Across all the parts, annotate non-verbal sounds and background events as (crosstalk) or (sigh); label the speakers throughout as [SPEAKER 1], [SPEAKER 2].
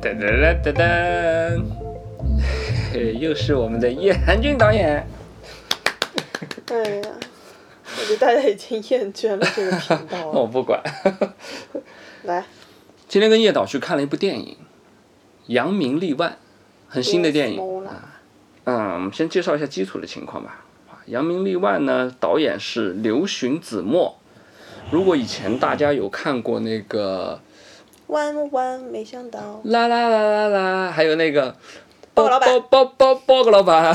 [SPEAKER 1] 噔噔噔噔噔， (laughs) 嘿又是我们的叶寒君导演。
[SPEAKER 2] 哎呀，我觉得大家已经厌倦了这个频道
[SPEAKER 1] 那 (laughs)
[SPEAKER 2] 了。
[SPEAKER 1] 哦我不管。
[SPEAKER 2] 来，
[SPEAKER 1] 今天跟叶导去看了一部电影，《扬名立万》，很新的电影。
[SPEAKER 2] 摸啦，
[SPEAKER 1] 嗯，我们先介绍一下基础的情况吧。啊扬名立万呢，导演是刘巡子墨。如果以前大家有看过那个
[SPEAKER 2] 弯弯没想到，
[SPEAKER 1] 啦啦啦啦啦，还有那个
[SPEAKER 2] 报告老板
[SPEAKER 1] 报报报报个老板，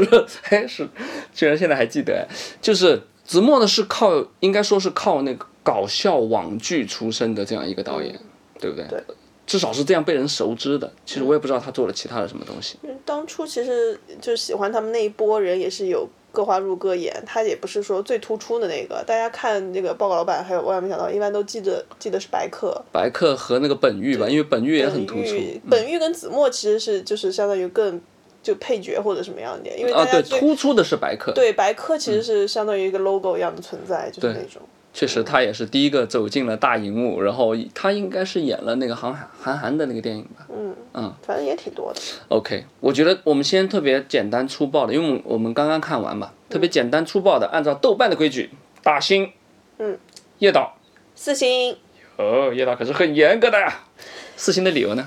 [SPEAKER 1] (laughs) 哎是，居然现在还记得，就是子墨呢是靠，应该说是靠那个搞笑网剧出身的这样一个导演，对不对？
[SPEAKER 2] 嗯对
[SPEAKER 1] 至少是这样被人熟知的。其实我也不知道他做了其他的什么东西。
[SPEAKER 2] 嗯当初其实就喜欢他们那一波人也是有各花入各眼，他也不是说最突出的那个。大家看那个报告老板还有万万没想到，一般都记得记得是白客。
[SPEAKER 1] 白客和那个本玉吧，因为本玉也很突出。
[SPEAKER 2] 玉本玉跟子墨其实是就是相当于更就配角或者什么样一点，因为
[SPEAKER 1] 啊，
[SPEAKER 2] 大家
[SPEAKER 1] 对，
[SPEAKER 2] 最、
[SPEAKER 1] 突嗯出的是白客，
[SPEAKER 2] 对白客其实是相当于一个 logo 一样的存在，就是那种。
[SPEAKER 1] 确实他也是第一个走进了大荧幕，然后他应该是演了那个韩寒韩寒的那个电影吧。
[SPEAKER 2] 嗯
[SPEAKER 1] 嗯
[SPEAKER 2] 反正也挺多的。
[SPEAKER 1] OK，我觉得我们先特别简单粗暴的，因为我们我们刚刚看完嘛，特别简单粗暴的，按照豆瓣的规矩打星。
[SPEAKER 2] 嗯。
[SPEAKER 1] 叶导，
[SPEAKER 2] 四星，
[SPEAKER 1] 哦，叶导可是很严格的呀。四星的理由呢？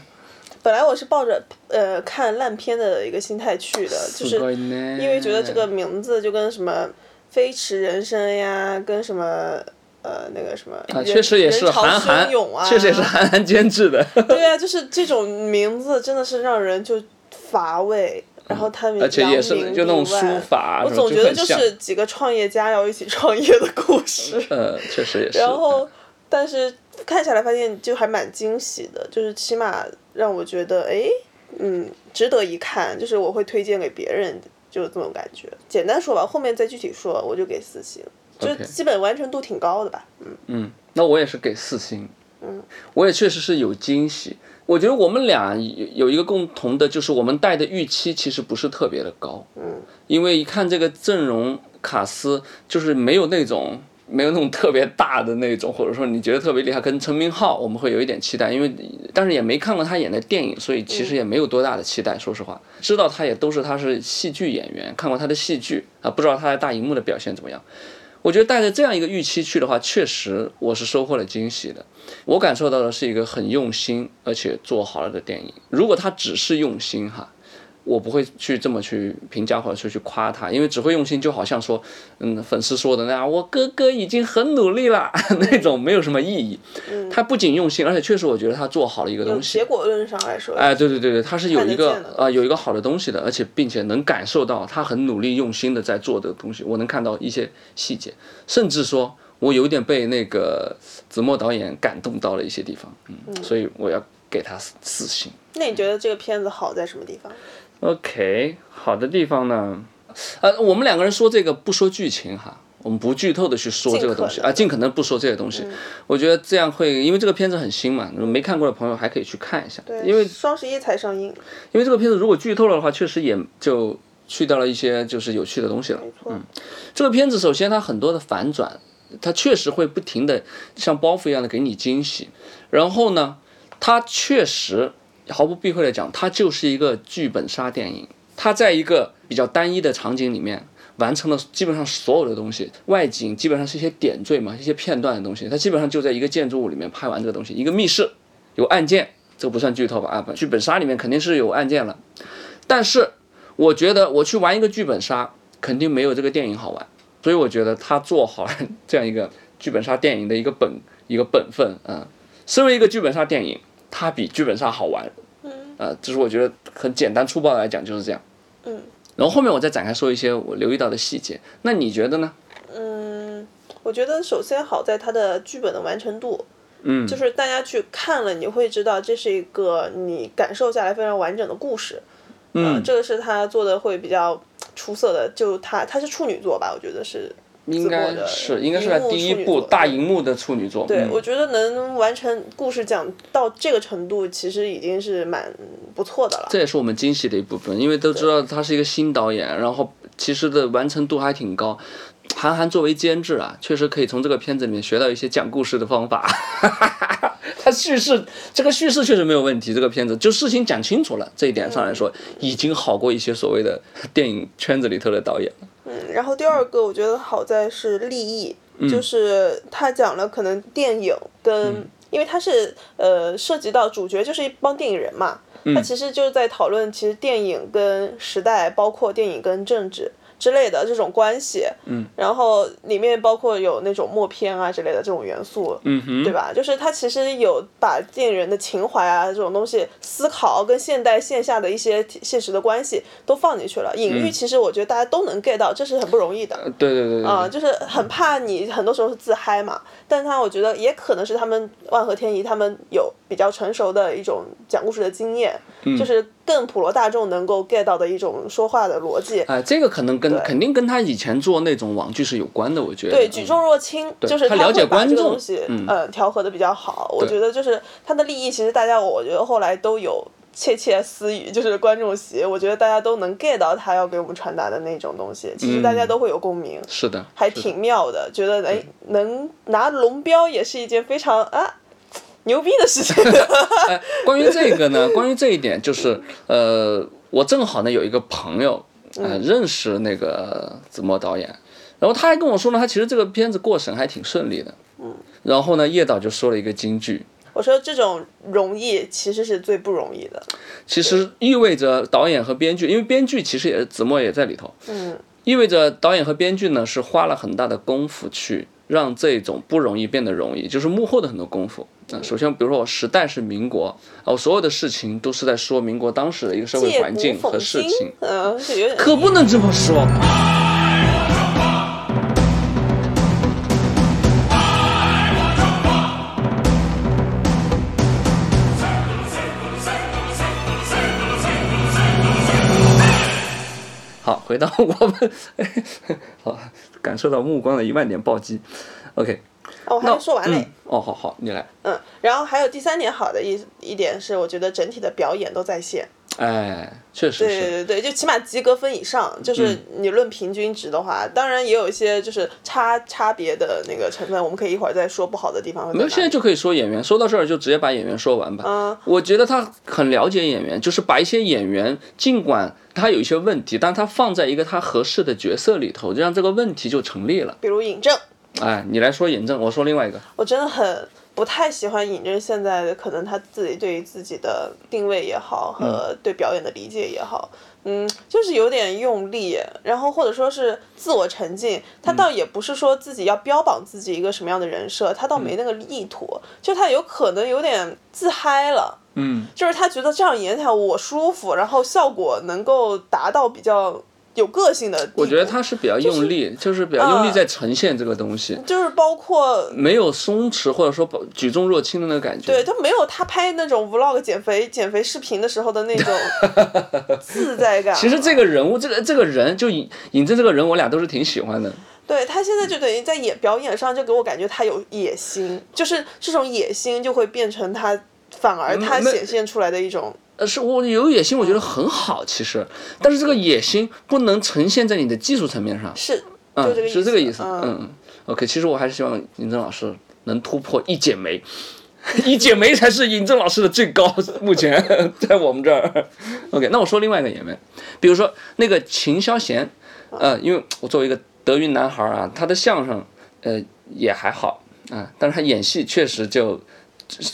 [SPEAKER 2] 本来我是抱着呃看烂片的一个心态去的，就是
[SPEAKER 1] すごいね
[SPEAKER 2] 因为觉得这个名字就跟什么《飞驰人生》呀，跟什么呃那个什么人，
[SPEAKER 1] 啊，确实也是
[SPEAKER 2] 人潮
[SPEAKER 1] 韩寒
[SPEAKER 2] 汹涌，啊，
[SPEAKER 1] (laughs) 确实也是韩寒监制的，
[SPEAKER 2] 对啊，就是这种名字真的是让人就乏味。然后他们
[SPEAKER 1] 嗯而且也是
[SPEAKER 2] 扬名
[SPEAKER 1] 就那种
[SPEAKER 2] 立万
[SPEAKER 1] 书法
[SPEAKER 2] 我
[SPEAKER 1] 什么
[SPEAKER 2] 总
[SPEAKER 1] 就
[SPEAKER 2] 觉得
[SPEAKER 1] 很
[SPEAKER 2] 就
[SPEAKER 1] 像
[SPEAKER 2] 是几个创业家要一起创业的故事。
[SPEAKER 1] 呃，确实也是。
[SPEAKER 2] 然后，但是看下来发现就还蛮惊喜的，就是起码让我觉得，哎，嗯，值得一看，就是我会推荐给别人，就是这种感觉。简单说吧，后面再具体说，我就给四星，就
[SPEAKER 1] OK
[SPEAKER 2] 基本完成度挺高的吧。嗯，
[SPEAKER 1] 嗯，那我也是给四星。
[SPEAKER 2] 嗯，
[SPEAKER 1] 我也确实是有惊喜。我觉得我们俩有有一个共同的，就是我们带的预期其实不是特别的高。
[SPEAKER 2] 嗯，
[SPEAKER 1] 因为一看这个阵容卡斯，就是没有那种没有那种特别大的那种，或者说你觉得特别厉害，跟陈明昊我们会有一点期待，因为但是也没看过他演的电影，所以其实也没有多大的期
[SPEAKER 2] 嗯
[SPEAKER 1] 待。说实话，知道他也都是他是戏剧演员，看过他的戏剧啊，不知道他在大荧幕的表现怎么样。我觉得带着这样一个预期去的话，确实我是收获了惊喜的。我感受到的是一个很用心而且做好了的电影。如果他只是用心哈，我不会去这么去评价或者是去夸他，因为只会用心，就好像说，嗯，粉丝说的那样，我哥哥已经很努力了 (laughs) 那种，没有什么意义。他不仅用心，而且确实我觉得他做好了一个
[SPEAKER 2] 有
[SPEAKER 1] 东西。
[SPEAKER 2] 结果论上来说，
[SPEAKER 1] 哎，对对对对，他是有一个
[SPEAKER 2] 看得见的
[SPEAKER 1] 呃有一个好的东西的，而且并且能感受到他很努力用心的在做的东西，我能看到一些细节，甚至说我有点被那个子墨导演感动到了一些地方，嗯，所以我要给他四四星。
[SPEAKER 2] 那你觉得这个片子好在什么地方？
[SPEAKER 1] OK，好的地方呢，呃，我们两个人说这个不说剧情哈，我们不剧透的去说这个东西
[SPEAKER 2] 尽可能嗯
[SPEAKER 1] 啊，尽可能不说这些东西。我觉得这样会，因为这个片子很新嘛，没看过的朋友还可以去看一下，
[SPEAKER 2] 对，
[SPEAKER 1] 因为
[SPEAKER 2] 双十一才上映，
[SPEAKER 1] 因为这个片子如果剧透了的话，确实也就去掉了一些就是有趣的东西了
[SPEAKER 2] 没。错，
[SPEAKER 1] 这个片子首先它很多的反转，它确实会不停的像包袱一样的给你惊喜。然后呢，它确实毫不避讳的讲，它就是一个剧本杀电影。它在一个比较单一的场景里面完成了基本上所有的东西，外景基本上是一些点缀嘛，一些片段的东西。它基本上就在一个建筑物里面拍完这个东西，一个密室有案件，这个不算剧透吧？啊，不剧本杀里面肯定是有案件了，但是我觉得我去玩一个剧本杀，肯定没有这个电影好玩。所以我觉得他做好了 (laughs) 这样一个剧本杀电影的一个本一个本分啊、嗯身为一个剧本杀电影，它比剧本杀好玩，嗯，啊，这是我觉得很简单粗暴地来讲就是这样，
[SPEAKER 2] 嗯。
[SPEAKER 1] 然后后面我再展开说一些我留意到的细节，那你觉得呢？
[SPEAKER 2] 嗯，我觉得首先好在它的剧本的完成度，嗯，就是大家去看了，你会知道这是一个你感受下来非常完整的故事，嗯，这个是他做的会比较出色的，就他他是处女座吧，我觉得是
[SPEAKER 1] 应该是应该是他第一
[SPEAKER 2] 荧幕处女
[SPEAKER 1] 部
[SPEAKER 2] 座
[SPEAKER 1] 大荧幕的处女作，
[SPEAKER 2] 对，
[SPEAKER 1] 嗯
[SPEAKER 2] 我觉得能完成故事讲到这个程度，其实已经是蛮不错的了。
[SPEAKER 1] 这也是我们惊喜的一部分，因为都知道他是一个新导演，然后其实的完成度还挺高。韩 (laughs) 寒作为监制啊，确实可以从这个片子里面学到一些讲故事的方法。它叙事这个叙事确实没有问题，这个片子就事情讲清楚了，这一点上来说
[SPEAKER 2] 嗯
[SPEAKER 1] 已经好过一些所谓的电影圈子里头的导演了。
[SPEAKER 2] 嗯，然后第二个我觉得好在是立意，就是他讲了可能电影跟，因为他是呃涉及到主角就是一帮电影人嘛，他其实就是在讨论其实电影跟时代，包括电影跟政治。之类的这种关系，嗯，然后里面包括有那种默片啊之类的这种元素，
[SPEAKER 1] 嗯哼，
[SPEAKER 2] 对吧？就是它其实有把电影人的情怀啊这种东西思考跟现代线下的一些现实的关系都放进去了。隐喻其实我觉得大家都能 get 到，这是很不容易的。
[SPEAKER 1] 呃对对对对
[SPEAKER 2] 啊、就是很怕你很多时候是自嗨嘛，但他我觉得也可能是他们万和天宜他们有比较成熟的一种讲故事的经验，就是更普罗大众能够 get 到的一种说话的逻辑。
[SPEAKER 1] 啊、这个可能跟肯定跟他以前做那种网剧是有关的，我觉得。
[SPEAKER 2] 对，举重若轻，就是
[SPEAKER 1] 嗯他
[SPEAKER 2] 会
[SPEAKER 1] 了解
[SPEAKER 2] 把
[SPEAKER 1] 观
[SPEAKER 2] 这个
[SPEAKER 1] 众嗯
[SPEAKER 2] 东西，呃，调和的比较好。我觉得就是他的利益，其实大家我觉得后来都有窃窃私语，就是观众席，我觉得大家都能 get 到他要给我们传达的那种东西，其实大家都会有共鸣，
[SPEAKER 1] 是的，
[SPEAKER 2] 还
[SPEAKER 1] 嗯是的
[SPEAKER 2] 挺妙的。觉得哎，能拿龙标也是一件非常啊牛逼的事情。 (laughs)
[SPEAKER 1] 关于这个呢，关于这一点，就是呃，我正好呢有一个朋友，呃，认识那个子墨导演，然后他还跟我说呢，他其实这个片子过审还挺顺利的。然后呢，叶导就说了一个金句，
[SPEAKER 2] 我说这种容易其实是最不容易的，
[SPEAKER 1] 其实意味着导演和编剧，因为编剧其实也是子墨也在里头，
[SPEAKER 2] 嗯，
[SPEAKER 1] 意味着导演和编剧呢是花了很大的功夫去让这种不容易变得容易，就是幕后的很多功夫。啊，首先，比如说我时代是民国，啊，我所有的事情都是在说民国当时的一个社会
[SPEAKER 2] 借
[SPEAKER 1] 环境
[SPEAKER 2] 古
[SPEAKER 1] 和
[SPEAKER 2] 讽
[SPEAKER 1] 事
[SPEAKER 2] 今
[SPEAKER 1] 情。，
[SPEAKER 2] 嗯、就有点
[SPEAKER 1] 可不能这么说。好，回到我们，哎好，感受到目光的一万点暴击。OK，
[SPEAKER 2] 啊，我还
[SPEAKER 1] 那
[SPEAKER 2] 没说完嘞。
[SPEAKER 1] 嗯哦，好好，你来。
[SPEAKER 2] 嗯，然后还有第三点好的一一点是，我觉得整体的表演都在线。
[SPEAKER 1] 哎，确实是，
[SPEAKER 2] 对
[SPEAKER 1] 嗯
[SPEAKER 2] 对对，就起码及格分以上，就是你论平均值的话，当然也有一些就是差差别的那个成分，我们可以一会儿再说不好的地方会在
[SPEAKER 1] 那
[SPEAKER 2] 哪
[SPEAKER 1] 现在
[SPEAKER 2] 里。
[SPEAKER 1] 就可以说演员，说到这儿就直接把演员说完吧。
[SPEAKER 2] 嗯
[SPEAKER 1] 我觉得他很了解演员，就是把一些演员，尽管他有一些问题，但他放在一个他合适的角色里头，就让这个问题就成立了。
[SPEAKER 2] 比如尹正，
[SPEAKER 1] 哎，你来说尹正，我说另外一个。
[SPEAKER 2] 我真的很不太喜欢尹正现在的，可能他自己对于自己的定位也好和
[SPEAKER 1] 嗯
[SPEAKER 2] 对表演的理解也好，嗯就是有点用力，然后或者说是自我沉浸。他倒也不是说自己要标榜自己一个什么样的人设，他倒没那个意图，就他有可能有点自嗨了。
[SPEAKER 1] 嗯，
[SPEAKER 2] 就是他觉得这样演起来我舒服，然后效果能够达到比较有个性的地步。
[SPEAKER 1] 我觉得他是比较用力，就是比较用力
[SPEAKER 2] 啊
[SPEAKER 1] 在呈现这个东西，
[SPEAKER 2] 就是包括
[SPEAKER 1] 没有松弛或者说举重若轻的那个感觉。
[SPEAKER 2] 对，，他没有他拍那种 vlog 减肥减肥视频的时候的那种
[SPEAKER 1] (laughs)
[SPEAKER 2] 自在感。
[SPEAKER 1] 其实这个人物，这个这个人，就尹尹正这个人，我俩都是挺喜欢的。
[SPEAKER 2] 对他现在就等于在演表演上就给我感觉他有野心，就是这种野心就会变成他反而他
[SPEAKER 1] 那
[SPEAKER 2] 显现出来的一种。
[SPEAKER 1] 呃，是我有野心，我觉得很好，其实，
[SPEAKER 2] 嗯
[SPEAKER 1] 但是这个野心不能呈现在你的技术层面上。
[SPEAKER 2] 是，就
[SPEAKER 1] 嗯，
[SPEAKER 2] 这个意
[SPEAKER 1] 是这个意思。
[SPEAKER 2] 思。
[SPEAKER 1] 嗯嗯，OK，其实我还是希望尹正老师能突破一剪梅， (laughs) 一剪梅才是尹正老师的最高，目前在我们这儿。OK，那我说另外一个演员，比如说那个秦霄贤，呃，因为我作为一个德云男孩儿啊，他的相声呃也还好啊、但是他演戏确实就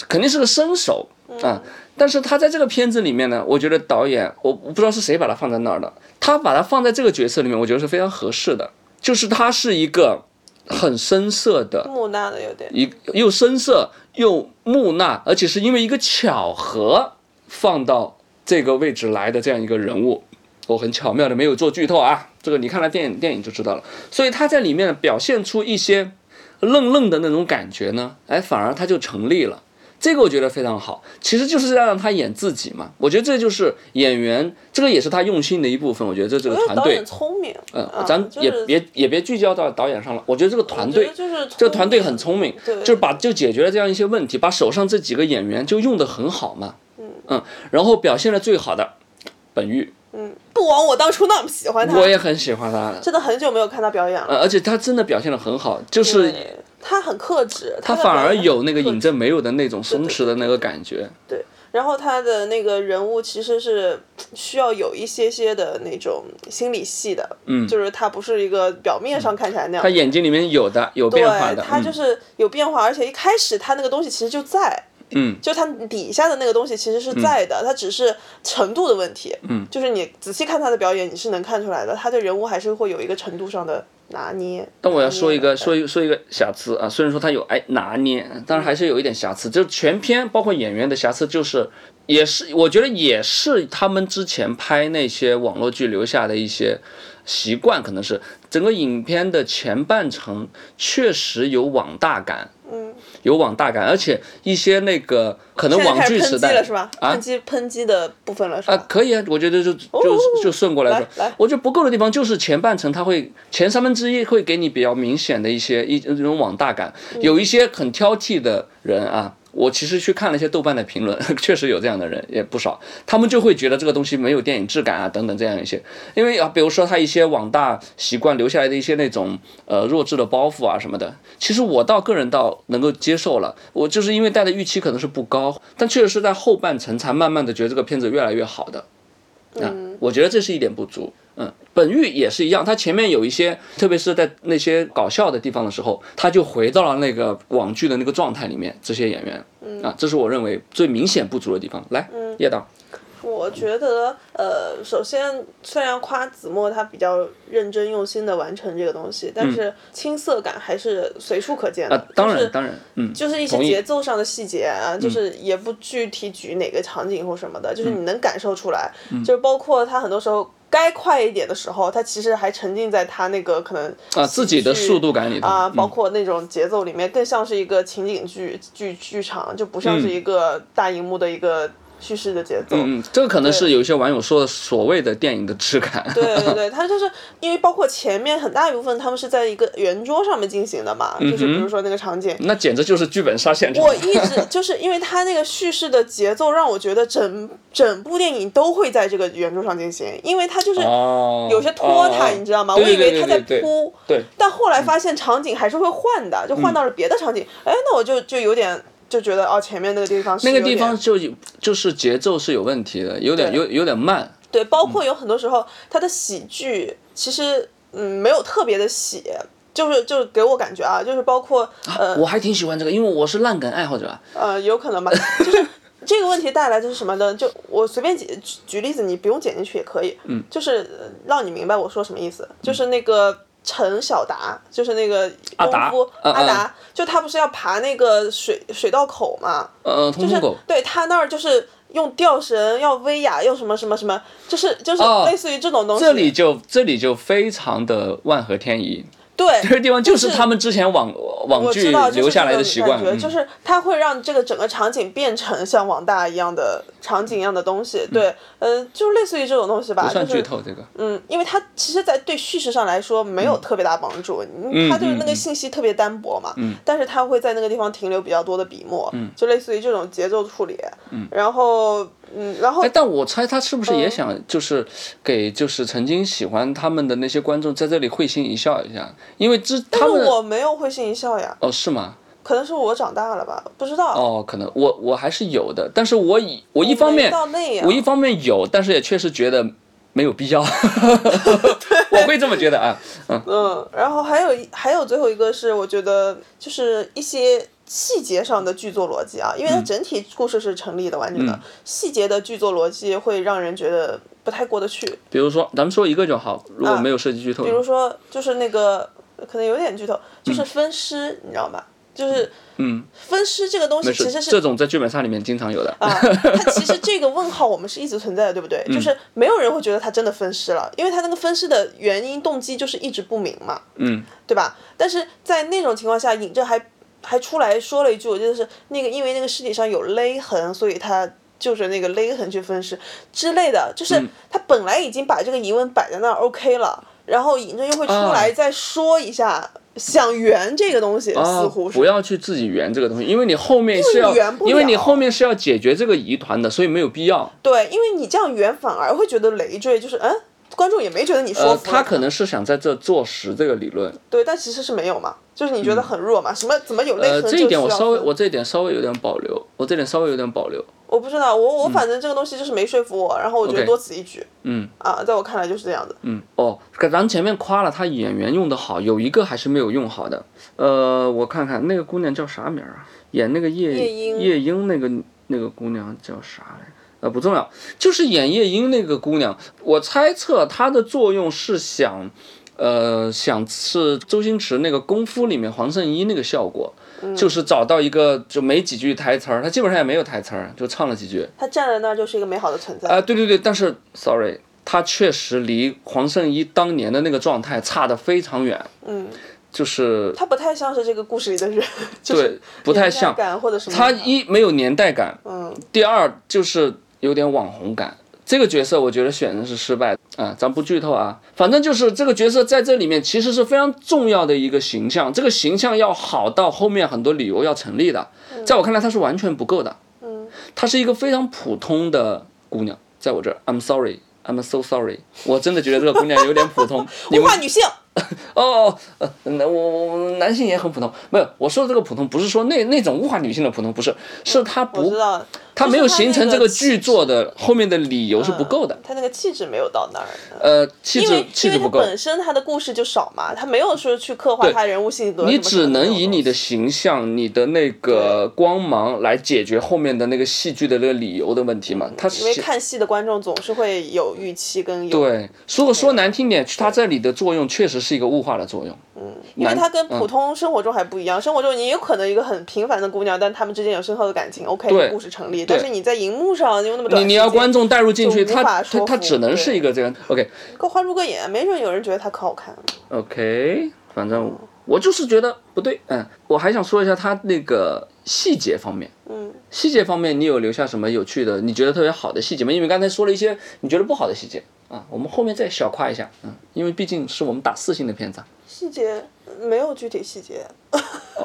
[SPEAKER 1] 肯定是个身手啊。但是他在这个片子里面呢，我觉得导演，我我不知道是谁把他放在那儿的，他把他放在这个角色里面，我觉得是非常合适的。就是他是一个很深色的，
[SPEAKER 2] 木讷的有点。
[SPEAKER 1] 一又深色又木讷，而且是因为一个巧合放到这个位置来的这样一个人物，我很巧妙的没有做剧透啊，这个你看了电影电影就知道了。所以他在里面表现出一些愣愣的那种感觉呢，哎，反而他就成立了。这个我觉得非常好，其实就是要让他演自己嘛。我觉得这就是演员，这个也是他用心的一部分。我觉得这这
[SPEAKER 2] 我
[SPEAKER 1] 个
[SPEAKER 2] 觉得
[SPEAKER 1] 呃团
[SPEAKER 2] 导
[SPEAKER 1] 队
[SPEAKER 2] 演，聪明，
[SPEAKER 1] 嗯，
[SPEAKER 2] 呃啊
[SPEAKER 1] 咱
[SPEAKER 2] 就
[SPEAKER 1] 也
[SPEAKER 2] 是
[SPEAKER 1] 别也别聚焦到导演上了。我觉得这个团队
[SPEAKER 2] 我觉得，就是
[SPEAKER 1] 这个团队很聪明，
[SPEAKER 2] 对
[SPEAKER 1] 就是把就解决了这样一些问题，把手上这几个演员就用得很好嘛。嗯然后表现的最好的本玉，
[SPEAKER 2] 嗯，不枉我当初那么喜欢他，
[SPEAKER 1] 我也很喜欢他，呃
[SPEAKER 2] 真的很久没有看他表演了。
[SPEAKER 1] 呃，而且他真的表现得很好，就是
[SPEAKER 2] 对他很克制，
[SPEAKER 1] 他
[SPEAKER 2] 的
[SPEAKER 1] 反而
[SPEAKER 2] 表演
[SPEAKER 1] 有
[SPEAKER 2] 很
[SPEAKER 1] 那个
[SPEAKER 2] 克
[SPEAKER 1] 尹
[SPEAKER 2] 制
[SPEAKER 1] 正没有的那种松弛的那个感觉。
[SPEAKER 2] 对，然后他的那个人物其实是需要有一些些的那种心理戏的，嗯，就是他不是一个表面上看起来那样
[SPEAKER 1] 他，眼睛里面有的有变化
[SPEAKER 2] 对，
[SPEAKER 1] 的，
[SPEAKER 2] 他就
[SPEAKER 1] 嗯
[SPEAKER 2] 是有变化，而且一开始他那个东西其实就在。
[SPEAKER 1] 嗯，
[SPEAKER 2] 就他底下的那个东西其实是在的，他只是程度的问题。
[SPEAKER 1] 嗯，
[SPEAKER 2] 就是你仔细看他的表演，你是能看出来的，他对人物还是会有一个程度上的拿捏。
[SPEAKER 1] 但我要说一个
[SPEAKER 2] 拿捏的
[SPEAKER 1] 说一说一个瑕疵啊，虽然说它有哎拿捏，但是还是有一点瑕疵。就是全片包括演员的瑕疵，就是也是我觉得也是他们之前拍那些网络剧留下的一些习惯，可能是整个影片的前半程确实有网大感，
[SPEAKER 2] 嗯，
[SPEAKER 1] 有网大感，而且一些那个可能
[SPEAKER 2] 现在
[SPEAKER 1] 网
[SPEAKER 2] 开
[SPEAKER 1] 剧
[SPEAKER 2] 始
[SPEAKER 1] 时
[SPEAKER 2] 喷击
[SPEAKER 1] 代
[SPEAKER 2] 了是吧？
[SPEAKER 1] 啊
[SPEAKER 2] 喷击喷击的部分了是
[SPEAKER 1] 啊，
[SPEAKER 2] 吧？
[SPEAKER 1] 可以啊，我觉得就
[SPEAKER 2] 哦
[SPEAKER 1] 就就顺过来说，
[SPEAKER 2] 来来
[SPEAKER 1] 我觉得不够的地方就是前半程，它会前三分之一会给你比较明显的一些一这种网大感，
[SPEAKER 2] 嗯
[SPEAKER 1] 有一些很挑剔的人啊。我其实去看了一些豆瓣的评论， (laughs) 确实有这样的人也不少，他们就会觉得这个东西没有电影质感啊，等等这样一些，因为啊，比如说他一些网大习惯留下来的一些那种呃弱智的包袱啊什么的，其实我倒个人倒能够接受了，我就是因为带的预期可能是不高，但确实是在后半程才慢慢的觉得这个片子越来越好的，啊，
[SPEAKER 2] 嗯
[SPEAKER 1] 我觉得这是一点不足。嗯，本玉也是一样，他前面有一些，特别是在那些搞笑的地方的时候，他就回到了那个网剧的那个状态里面。这些演员，
[SPEAKER 2] 嗯
[SPEAKER 1] 啊，这是我认为最明显不足的地方。来，叶导，
[SPEAKER 2] 我觉得，呃，首先虽然夸子墨他比较认真用心的完成这个东西，但是青涩感还是随处可见
[SPEAKER 1] 嗯
[SPEAKER 2] 的。
[SPEAKER 1] 啊当
[SPEAKER 2] 就
[SPEAKER 1] 然，
[SPEAKER 2] 是
[SPEAKER 1] 当然，嗯，
[SPEAKER 2] 就是一些
[SPEAKER 1] 同意嗯
[SPEAKER 2] 节奏上的细节啊，就是也不具体举哪个场景或什么的，就是你能感受出来，
[SPEAKER 1] 嗯
[SPEAKER 2] 就是包括他很多时候该快一点的时候，他其实还沉浸在他那个可能
[SPEAKER 1] 啊，自己的
[SPEAKER 2] 喜剧
[SPEAKER 1] 速度感里头
[SPEAKER 2] 啊，包
[SPEAKER 1] 嗯
[SPEAKER 2] 括那种节奏里面，更像是一个情景剧剧剧场，就不像是一个大荧幕的一个叙事的节奏。
[SPEAKER 1] 嗯，这个可能是有一些网友说的所谓的电影的质感。
[SPEAKER 2] 对对对，他就是因为包括前面很大一部分他们是在一个圆桌上面进行的嘛，
[SPEAKER 1] 嗯
[SPEAKER 2] 就是比如说那个场景。
[SPEAKER 1] (laughs) 那简直就是剧本杀现场。
[SPEAKER 2] 我一直就是因为他那个叙事的节奏，让我觉得整整部电影都会在这个圆桌上进行，因为他就是
[SPEAKER 1] 哦，
[SPEAKER 2] 有些拖沓，
[SPEAKER 1] 哦
[SPEAKER 2] 你知道吗？我
[SPEAKER 1] 对
[SPEAKER 2] 以为
[SPEAKER 1] 对
[SPEAKER 2] 他
[SPEAKER 1] 对
[SPEAKER 2] 在
[SPEAKER 1] 对对嗯
[SPEAKER 2] 铺，
[SPEAKER 1] 对，
[SPEAKER 2] 但后来发现场景还是会换的，就
[SPEAKER 1] 嗯
[SPEAKER 2] 换到了别的场景。哎，那我就就有点就觉得哦，前面那个地方是
[SPEAKER 1] 那个
[SPEAKER 2] 有
[SPEAKER 1] 地
[SPEAKER 2] 点
[SPEAKER 1] 方就有就是节奏是有问题的，有点
[SPEAKER 2] 对
[SPEAKER 1] 有有点慢。
[SPEAKER 2] 对，
[SPEAKER 1] 嗯
[SPEAKER 2] 包括有很多时候他的喜剧其实嗯没有特别的喜，就是就是给我感觉啊，就是包括呃
[SPEAKER 1] 我还挺喜欢这个，因为我是烂梗爱好者啊。
[SPEAKER 2] 呃有可能吧，就是 (laughs) 这个问题带来的是什么呢？就我随便举举举例子，你不用剪进去也可以，嗯，就是呃让你明白我说什么意思，就是那个。陈小达就是那个
[SPEAKER 1] 阿
[SPEAKER 2] 功
[SPEAKER 1] 达
[SPEAKER 2] 夫
[SPEAKER 1] 嗯
[SPEAKER 2] 阿
[SPEAKER 1] 嗯
[SPEAKER 2] 达，就他不是要爬那个水水道口嘛，
[SPEAKER 1] 呃，通
[SPEAKER 2] 就
[SPEAKER 1] 通
[SPEAKER 2] 是
[SPEAKER 1] 狗。
[SPEAKER 2] 对他那儿就是用吊绳，要威亚，要什么什么什么，就是就是
[SPEAKER 1] 哦
[SPEAKER 2] 类似于这种东西。
[SPEAKER 1] 这里就这里就非常的万合天宜，
[SPEAKER 2] 对，
[SPEAKER 1] 这个地方就是
[SPEAKER 2] 是
[SPEAKER 1] 他们之前网网
[SPEAKER 2] 我
[SPEAKER 1] 剧
[SPEAKER 2] 知道，就是
[SPEAKER 1] 留下来的
[SPEAKER 2] 这种
[SPEAKER 1] 习惯，
[SPEAKER 2] 感觉
[SPEAKER 1] 嗯
[SPEAKER 2] 就是它会让这个整个场景变成像网大一样的场景一样的东西。对，呃，就类似于这种东西吧，
[SPEAKER 1] 嗯不算
[SPEAKER 2] 就
[SPEAKER 1] 剧
[SPEAKER 2] 是
[SPEAKER 1] 透这个。
[SPEAKER 2] 嗯，因为它其实，在对叙事上来说没有特别大帮助，嗯它就是那个信息特别单薄嘛。嗯，但是它会在那个地方停留比较多的笔墨，嗯，就类似于这种节奏处理。嗯，然后嗯，然后
[SPEAKER 1] 哎，但我呃猜他是不是也想就是给就是曾经喜欢他们的那些观众在这里会心一笑一下，因为之他
[SPEAKER 2] 但
[SPEAKER 1] 们
[SPEAKER 2] 是我没有会心一笑呀，
[SPEAKER 1] 哦是吗？
[SPEAKER 2] 可能是我长大了吧，不知道。
[SPEAKER 1] 哦，可能我我还是有的，但是我以我一
[SPEAKER 2] 一
[SPEAKER 1] 方面
[SPEAKER 2] 到那样，
[SPEAKER 1] 我一方面有，但是也确实觉得没有必要， (laughs) 我会这么觉得啊。
[SPEAKER 2] 嗯，然后还有一还有最后一个是，我觉得就是一些细节上的剧作逻辑啊，因为它
[SPEAKER 1] 嗯
[SPEAKER 2] 整体故事是成立的、完整的，细节的剧作逻辑会让人觉得不太过得去。
[SPEAKER 1] 比如说，咱们说一个就好，如果没有涉及剧透
[SPEAKER 2] 啊比，如说，就是那个可能有点剧透，就是分尸，你知道吧？就是
[SPEAKER 1] 嗯，
[SPEAKER 2] 分尸这个东西
[SPEAKER 1] 没
[SPEAKER 2] 其
[SPEAKER 1] 事
[SPEAKER 2] 实，是
[SPEAKER 1] 这种在剧本杀里面经常有的。
[SPEAKER 2] 啊，它其实这个问号我们是一直存在的，对不
[SPEAKER 1] 嗯
[SPEAKER 2] 对？就是没有人会觉得他真的分尸了，因为他那个分尸的原因动机就是一直不明嘛，
[SPEAKER 1] 嗯，
[SPEAKER 2] 对吧？但是在那种情况下，尹正还还出来说了一句，我记得是那个因为那个尸体上有勒痕，所以他。就着那个勒痕去分尸之类的，就是
[SPEAKER 1] 嗯
[SPEAKER 2] 他本来已经把这个疑问摆在那儿 OK 了，然后尹正又会出
[SPEAKER 1] 啊
[SPEAKER 2] 来再说一下，想圆这个东西，似
[SPEAKER 1] 啊，
[SPEAKER 2] 乎是
[SPEAKER 1] 不要去自己圆这个东西，因为你后面是要
[SPEAKER 2] 因为你圆不，了
[SPEAKER 1] 因为你后面是要解决这个疑团的，所以没有必要。
[SPEAKER 2] 对，因为你这样圆反而会觉得累赘，就是嗯，观众也没觉得你说
[SPEAKER 1] 呃，
[SPEAKER 2] 服了
[SPEAKER 1] 他可能是想在这坐实这个理论，
[SPEAKER 2] 对，但其实是没有嘛，就是你觉得很弱嘛，什么怎么有内
[SPEAKER 1] 嗯呃，
[SPEAKER 2] 核
[SPEAKER 1] 这
[SPEAKER 2] 就
[SPEAKER 1] 一点我
[SPEAKER 2] 需要
[SPEAKER 1] 稍微
[SPEAKER 2] 分
[SPEAKER 1] 我这一点稍微有点保留，我这点稍微有点保留。
[SPEAKER 2] 我不知道，我我反正这个东西就是没说服我，然后我觉得
[SPEAKER 1] 嗯 OK
[SPEAKER 2] 多此一举
[SPEAKER 1] 嗯
[SPEAKER 2] 啊，在我看来就是这样子。
[SPEAKER 1] 嗯，哦，咱们前面夸了他演员用的好，有一个还是没有用好的。呃，我看看那个姑娘叫啥名儿啊？演那个夜
[SPEAKER 2] 夜莺
[SPEAKER 1] 夜莺那个那个姑娘叫啥来？呃，不重要，就是演夜莺那个姑娘，我猜测她的作用是想，呃，想是周星驰那个《功夫》里面黄圣依那个效果，
[SPEAKER 2] 嗯
[SPEAKER 1] 就是找到一个就没几句台词儿，她基本上也没有台词儿，就唱了几句，
[SPEAKER 2] 他站在那儿就是一个美好的存在，
[SPEAKER 1] 啊、对对对，但是 sorry，他确实离黄圣依当年的那个状态差得非常远，
[SPEAKER 2] 嗯，
[SPEAKER 1] 就是
[SPEAKER 2] 他不太像是这个故事里的人，就是
[SPEAKER 1] 对 (laughs) 不太
[SPEAKER 2] 年代
[SPEAKER 1] 像。
[SPEAKER 2] 感或者什么。
[SPEAKER 1] 他一没有年代感，
[SPEAKER 2] 嗯，
[SPEAKER 1] 第二就是有点网红感。这个角色我觉得选的是失败的啊，咱不剧透啊，反正就是这个角色在这里面其实是非常重要的一个形象，这个形象要好到后面很多理由要成立的，在我看来她是完全不够的，
[SPEAKER 2] 嗯，
[SPEAKER 1] 她是一个非常普通的姑娘，在我这儿，I'm sorry，I'm so sorry，我真的觉得这个姑娘有点普
[SPEAKER 2] (laughs)
[SPEAKER 1] 通，你
[SPEAKER 2] 物
[SPEAKER 1] 们
[SPEAKER 2] 化女性，
[SPEAKER 1] 哦，呃，那我我我男性也很普通，没有，我说的这个普通不是说那那种物化女性的普通，不是，是她
[SPEAKER 2] 我
[SPEAKER 1] 不
[SPEAKER 2] 知道
[SPEAKER 1] 他没有形成这个
[SPEAKER 2] 就是他那
[SPEAKER 1] 剧作的后面的理由是不够的
[SPEAKER 2] 嗯个，。他那个气质没有到那儿，嗯
[SPEAKER 1] 呃，气
[SPEAKER 2] 因
[SPEAKER 1] 质
[SPEAKER 2] 为
[SPEAKER 1] 气
[SPEAKER 2] 因
[SPEAKER 1] 质
[SPEAKER 2] 为他
[SPEAKER 1] 不够，
[SPEAKER 2] 本身他的故事就少嘛，他没有说去刻画
[SPEAKER 1] 对
[SPEAKER 2] 他人物性格什么
[SPEAKER 1] 你
[SPEAKER 2] 什么这
[SPEAKER 1] 只
[SPEAKER 2] 种东西。
[SPEAKER 1] 能以你的形象、你的那个光芒来解决后面的那个戏剧的那个理由的问题嘛。他
[SPEAKER 2] 嗯因为
[SPEAKER 1] 是
[SPEAKER 2] 看戏的观众总是会有预期跟有，
[SPEAKER 1] 对，如果说难听点，他这里的作用确实是一个物化的作用。
[SPEAKER 2] 因为
[SPEAKER 1] 难嗯
[SPEAKER 2] 它跟普通生活中还不一样。生活中你有可能一个很平凡的姑娘，但她们之间有深厚的感情，OK，
[SPEAKER 1] 对
[SPEAKER 2] 这故事成立。但是你在荧幕上用那么短
[SPEAKER 1] 你
[SPEAKER 2] 时
[SPEAKER 1] 你要
[SPEAKER 2] 间
[SPEAKER 1] 观众带入进去，
[SPEAKER 2] 就无
[SPEAKER 1] 他
[SPEAKER 2] 法
[SPEAKER 1] 他
[SPEAKER 2] 说
[SPEAKER 1] 他
[SPEAKER 2] 服
[SPEAKER 1] 只能
[SPEAKER 2] 对
[SPEAKER 1] 是一个这样。OK
[SPEAKER 2] 够花入个眼，没准有人觉得她可好看了。
[SPEAKER 1] OK，反正我就是觉得不对。嗯，我还想说一下他那个细节方面。
[SPEAKER 2] 嗯，
[SPEAKER 1] 细节方面，你有留下什么有趣的？你觉得特别好的细节吗？因为刚才说了一些你觉得不好的细节啊，我们后面再小夸一下，嗯，因为毕竟是我们打四星的片子啊。
[SPEAKER 2] 细节没有具体细节，
[SPEAKER 1] 哦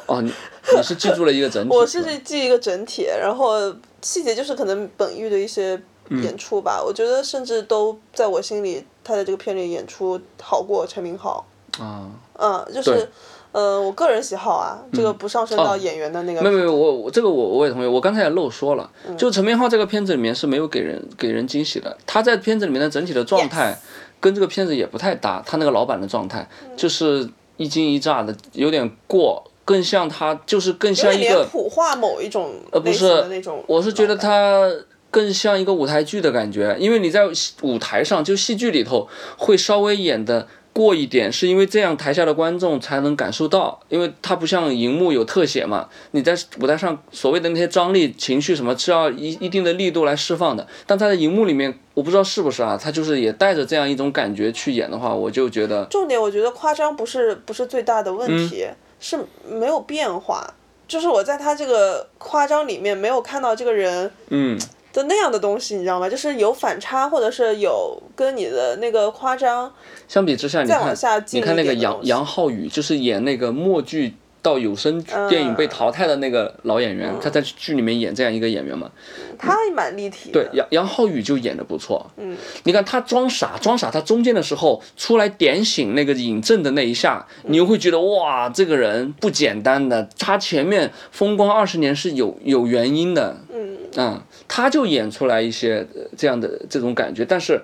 [SPEAKER 1] 哦，你你是记住了一个整体，
[SPEAKER 2] (laughs) 我
[SPEAKER 1] 是吧
[SPEAKER 2] 是记一个整体，然后细节就是可能本域的一些演出
[SPEAKER 1] 嗯
[SPEAKER 2] 吧。我觉得甚至都在我心里，她在这个片里演出好过陈明昊。
[SPEAKER 1] 啊，
[SPEAKER 2] 嗯，就是
[SPEAKER 1] 对。嗯哦
[SPEAKER 2] 呃，我个人喜好啊，这个不上升到演员的那个。
[SPEAKER 1] 没有没有，我我这个我我也同意，我刚才也漏说了，
[SPEAKER 2] 嗯
[SPEAKER 1] 就陈明昊这个片子里面是没有给人给人惊喜的，他在片子里面的整体的状态跟这个片子也不太搭，他那个老板的状态
[SPEAKER 2] 嗯
[SPEAKER 1] 就是一惊一乍的，有点过，更像他就是更
[SPEAKER 2] 有
[SPEAKER 1] 像
[SPEAKER 2] 点
[SPEAKER 1] 一个
[SPEAKER 2] 脸谱化某一种
[SPEAKER 1] 呃不
[SPEAKER 2] 类型
[SPEAKER 1] 是
[SPEAKER 2] 的那种，嗯
[SPEAKER 1] 我是觉得它更像一个舞台剧的感觉，因为你在戏舞台上，就戏剧里头会稍微演的过一点，是因为这样台下的观众才能感受到，因为它不像荧幕有特写嘛，你在舞台上所谓的那些张力、情绪什么是要一一定的力度来释放的，但它在荧幕里面，我不知道是不是啊，它就是也带着这样一种感觉去演的话，我就觉得
[SPEAKER 2] 重点我觉得夸张不是不是最大的问题，
[SPEAKER 1] 嗯
[SPEAKER 2] 是没有变化。就是我在他这个夸张里面没有看到这个人
[SPEAKER 1] 嗯
[SPEAKER 2] 的那样的东西，你知道吗？就是有反差，或者是有跟你的那个夸张，
[SPEAKER 1] 相比之下，你
[SPEAKER 2] 再往
[SPEAKER 1] 看
[SPEAKER 2] 下，进
[SPEAKER 1] 你看那个
[SPEAKER 2] 一点的
[SPEAKER 1] 杨
[SPEAKER 2] 东西
[SPEAKER 1] 杨浩宇，就是演那个默剧到有声剧电
[SPEAKER 2] 嗯
[SPEAKER 1] 影被淘汰的那个老演员，他在剧里面演这样一个演员嘛。
[SPEAKER 2] 他也蛮立体
[SPEAKER 1] 对
[SPEAKER 2] 的。，
[SPEAKER 1] 杨杨浩宇就演的不错。嗯，你看他装傻，装傻，他中间的时候出来点醒那个尹正的那一下，你又会觉得哇，这个人不简单的，他前面风光二十年是有有原因的。
[SPEAKER 2] 嗯，
[SPEAKER 1] 嗯，他就演出来一些呃这样的这种感觉。但是，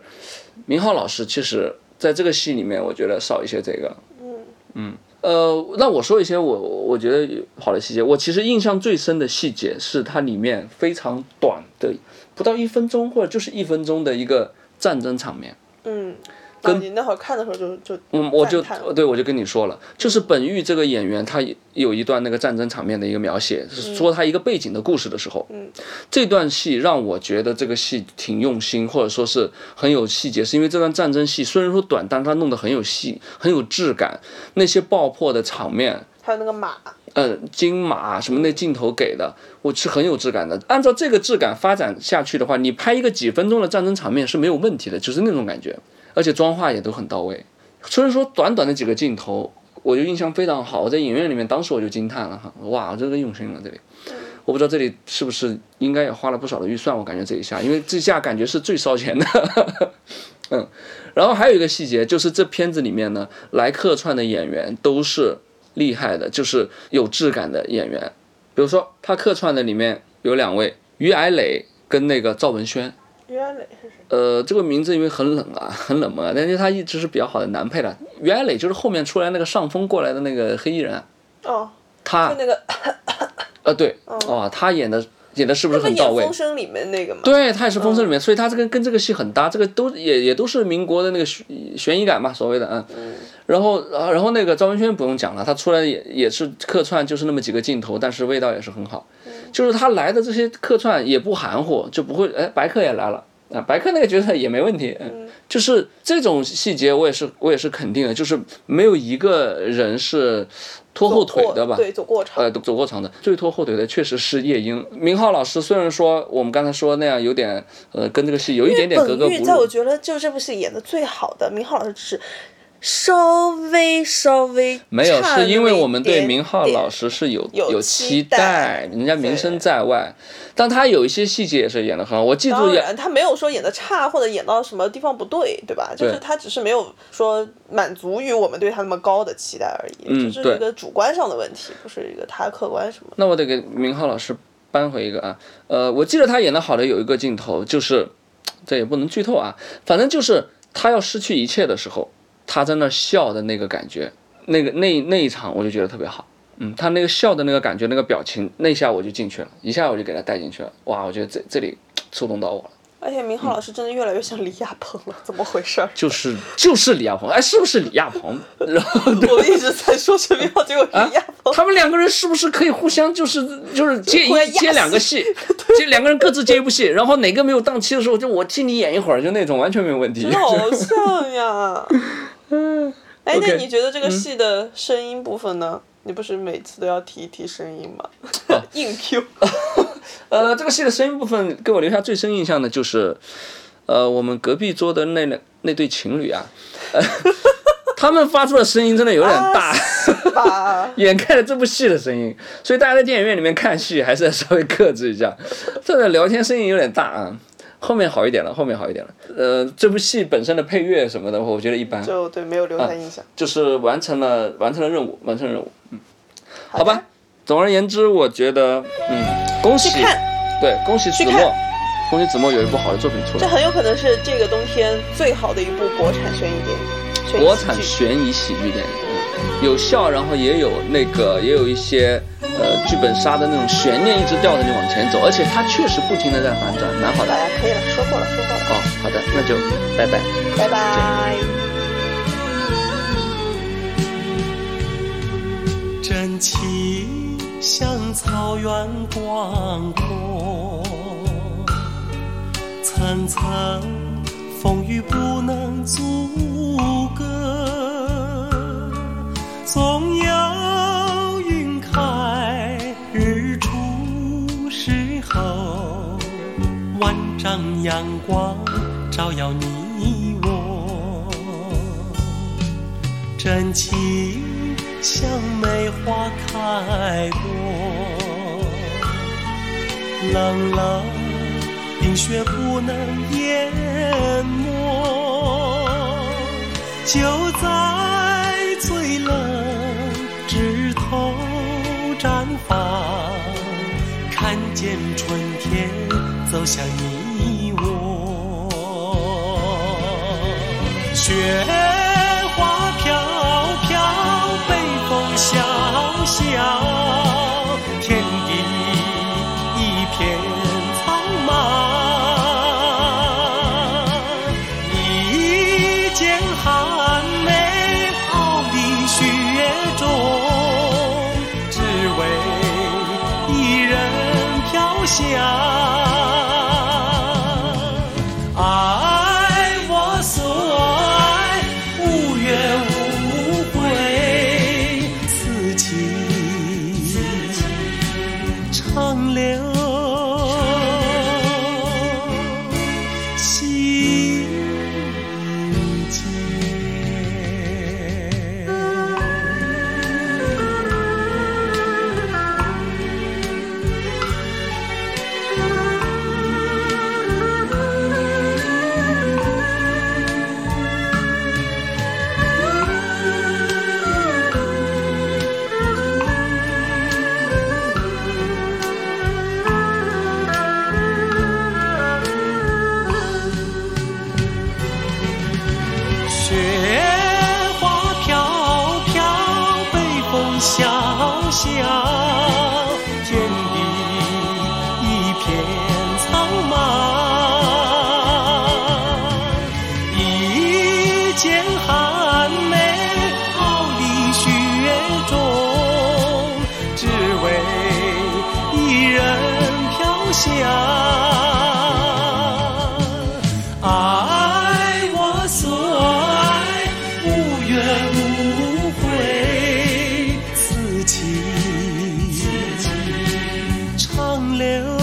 [SPEAKER 1] 明浩老师其实在这个戏里面，我觉得少一些这个。嗯，呃，那我说一些我我觉得好的细节。我其实印象最深的细节是它里面非常短的，不到一分钟或者就是一分钟的一个战争场面。
[SPEAKER 2] 嗯，那你那会儿看的时候就就
[SPEAKER 1] 嗯，我就
[SPEAKER 2] 赞叹
[SPEAKER 1] 对我就跟你说了，就是本玉这个演员，他有一段那个战争场面的一个描写，是说他一个背景的故事的时候，
[SPEAKER 2] 嗯
[SPEAKER 1] 这段戏让我觉得这个戏挺用心，或者说是很有细节，是因为这段战争戏虽然说短，但它弄得很有戏，很有质感，那些爆破的场面，
[SPEAKER 2] 还有那个马，
[SPEAKER 1] 呃，金马什么那镜头给的，我是很有质感的。按照这个质感发展下去的话，你拍一个几分钟的战争场面是没有问题的，就是那种感觉，而且妆化也都很到位。虽然说短短的几个镜头，我就印象非常好。我在影院里面，当时我就惊叹了哈，哇，这个用心了这里。我不知道这里是 (laughs) 不是应该也花了不少的预算，我感觉这一下，因为这下感觉是最烧钱的。嗯然后还有一个细节，就是这片子里面呢，来客串的演员都是厉害的，就是有质感的演员。比如说他客串的里面有两位，于矮磊跟那个赵文轩。
[SPEAKER 2] 于安磊是谁？
[SPEAKER 1] 呃，这个名字因为很冷啊， (laughs) 很冷门啊，但是他一直是比较好的男配的。于矮磊就是后面出来那个上风过来的那个黑衣人，啊
[SPEAKER 2] 哦，
[SPEAKER 1] 他
[SPEAKER 2] 就那个
[SPEAKER 1] 呃对，哦，他演的演的是不是
[SPEAKER 2] 他
[SPEAKER 1] 很
[SPEAKER 2] 演
[SPEAKER 1] 到
[SPEAKER 2] 《
[SPEAKER 1] 位
[SPEAKER 2] 风？声》里面那个嘛，
[SPEAKER 1] 对，他也是《风声》里面，所以他这个跟这个戏很搭，这个都也也都是民国的那个悬悬疑感嘛，所谓的嗯。然后，啊然后那个赵文轩不用讲了，他出来也也是客串，就是那么几个镜头，但是味道也是很好。就是他来的这些客串也不含糊，就不会哎，白客也来了啊，白客那个角色也没问题，嗯，就是这种细节我也是我也是肯定的，就是没有一个人是拖后腿的吧，
[SPEAKER 2] 对，走过场。
[SPEAKER 1] 呃，走过场的最拖后腿的确实是夜莺。明浩老师虽然说我们刚才说那样有点呃跟这个戏有一点点格格
[SPEAKER 2] 本
[SPEAKER 1] 不
[SPEAKER 2] 玉在我
[SPEAKER 1] 入，
[SPEAKER 2] 觉得就是这部戏演的最好的，明浩老师只是稍微稍微
[SPEAKER 1] 没有
[SPEAKER 2] 差了
[SPEAKER 1] 是因为我们
[SPEAKER 2] 一
[SPEAKER 1] 对
[SPEAKER 2] 点
[SPEAKER 1] 明浩老
[SPEAKER 2] 点
[SPEAKER 1] 师是有
[SPEAKER 2] 有
[SPEAKER 1] 期
[SPEAKER 2] 期待
[SPEAKER 1] 待，人家名声在外，但他有一些细节也是演的很好，我记住
[SPEAKER 2] 当
[SPEAKER 1] 演
[SPEAKER 2] 然，他没有说演的差或者演到什么地方不对，对吧？就是
[SPEAKER 1] 对
[SPEAKER 2] 他只是没有说满足于我们对他那么高的期待而已，
[SPEAKER 1] 嗯
[SPEAKER 2] 这
[SPEAKER 1] 对
[SPEAKER 2] 是一个主观上的问题，不是一个他客观什么的。
[SPEAKER 1] 那我得给明浩老师扳回一个啊。呃，我记得他演的好的有一个镜头，就是这也不能剧透啊，反正就是他要失去一切的时候，他在那儿笑的那个感觉，那个那那一场我就觉得特别好。嗯，他那个笑的那个感觉，那个表情，那一下我就进去了，一下我就给他带进去了。哇，我觉得这这里触动到我了，
[SPEAKER 2] 而且
[SPEAKER 1] 嗯
[SPEAKER 2] 明浩老师真的越来越像李亚鹏了，怎么回事
[SPEAKER 1] (laughs)
[SPEAKER 2] 儿？
[SPEAKER 1] 就是就是李亚鹏，哎，是不是李亚鹏？ (laughs) 然后
[SPEAKER 2] 我们一直在说陈明浩，结果是
[SPEAKER 1] 啊
[SPEAKER 2] 李亚鹏。
[SPEAKER 1] 他们两个人是不是可以互相就是就是接
[SPEAKER 2] 哦互相
[SPEAKER 1] 一
[SPEAKER 2] 压
[SPEAKER 1] 接两个
[SPEAKER 2] (laughs)
[SPEAKER 1] 戏，接两个人各自接一部戏，然后哪个没有档期的时候，就我替你演一会儿，就那种完全没有问题
[SPEAKER 2] 真的。哦好像
[SPEAKER 1] (laughs)
[SPEAKER 2] 呀。嗯，哎，那
[SPEAKER 1] OK，嗯
[SPEAKER 2] 你觉得这个戏的声音部分呢？你不是每次都要提一提声音吗？ (laughs)
[SPEAKER 1] 哦
[SPEAKER 2] 硬 Q，
[SPEAKER 1] 呃，这个戏的声音部分给我留下最深印象的就是，呃，我们隔壁桌的那两那对情侣啊，
[SPEAKER 2] (laughs)
[SPEAKER 1] 呃他们发出的声音真的有点大。。
[SPEAKER 2] 吧 (laughs)
[SPEAKER 1] 掩盖了这部戏的声音，所以大家在电影院里面看戏还是要稍微克制一下。这个聊天声音有点大啊，后面好一点了，后面好一点了。呃，这部戏本身的配乐什么的，我觉得一般，
[SPEAKER 2] 就对，没有留下
[SPEAKER 1] 嗯
[SPEAKER 2] 印象。
[SPEAKER 1] 就是完成了完成了任务，完成了任务。
[SPEAKER 2] 好
[SPEAKER 1] 好
[SPEAKER 2] 的
[SPEAKER 1] 吧，总而言之，我觉得，嗯，恭喜
[SPEAKER 2] 去，看，
[SPEAKER 1] 对，恭喜子
[SPEAKER 2] 去
[SPEAKER 1] 墨
[SPEAKER 2] 看，
[SPEAKER 1] 恭喜子墨有一部好的作品出
[SPEAKER 2] 这
[SPEAKER 1] 来，
[SPEAKER 2] 很有可能是这个冬天最好的一部国产悬疑电影。悬疑
[SPEAKER 1] 国
[SPEAKER 2] 喜
[SPEAKER 1] 产
[SPEAKER 2] 剧
[SPEAKER 1] 悬疑喜剧电影，嗯有笑，然后也有那个，也有一些呃剧本杀的那种悬念一直吊着你往前走，而且它确实不停的在反转，蛮好
[SPEAKER 2] 好
[SPEAKER 1] 的
[SPEAKER 2] 的，。可以了，说过了，说过了，
[SPEAKER 1] 哦，好的，那就拜拜。
[SPEAKER 2] 拜拜。
[SPEAKER 3] 真情像草原广阔，层层风雨不能阻隔，总有云开日出时候，万丈阳光照耀你我。真情像梅花开过，冷冷冰雪不能淹没，就在最冷枝头绽放，看见春天走向你我。雪花飘飘，北风萧萧，天地一片苍茫。一剪寒梅傲立雪中，只为一人飘香。爱我所爱，无怨无悔，此情长留。心间。
[SPEAKER 4] Thank
[SPEAKER 3] 下。爱我所爱，无怨无悔，自己长留。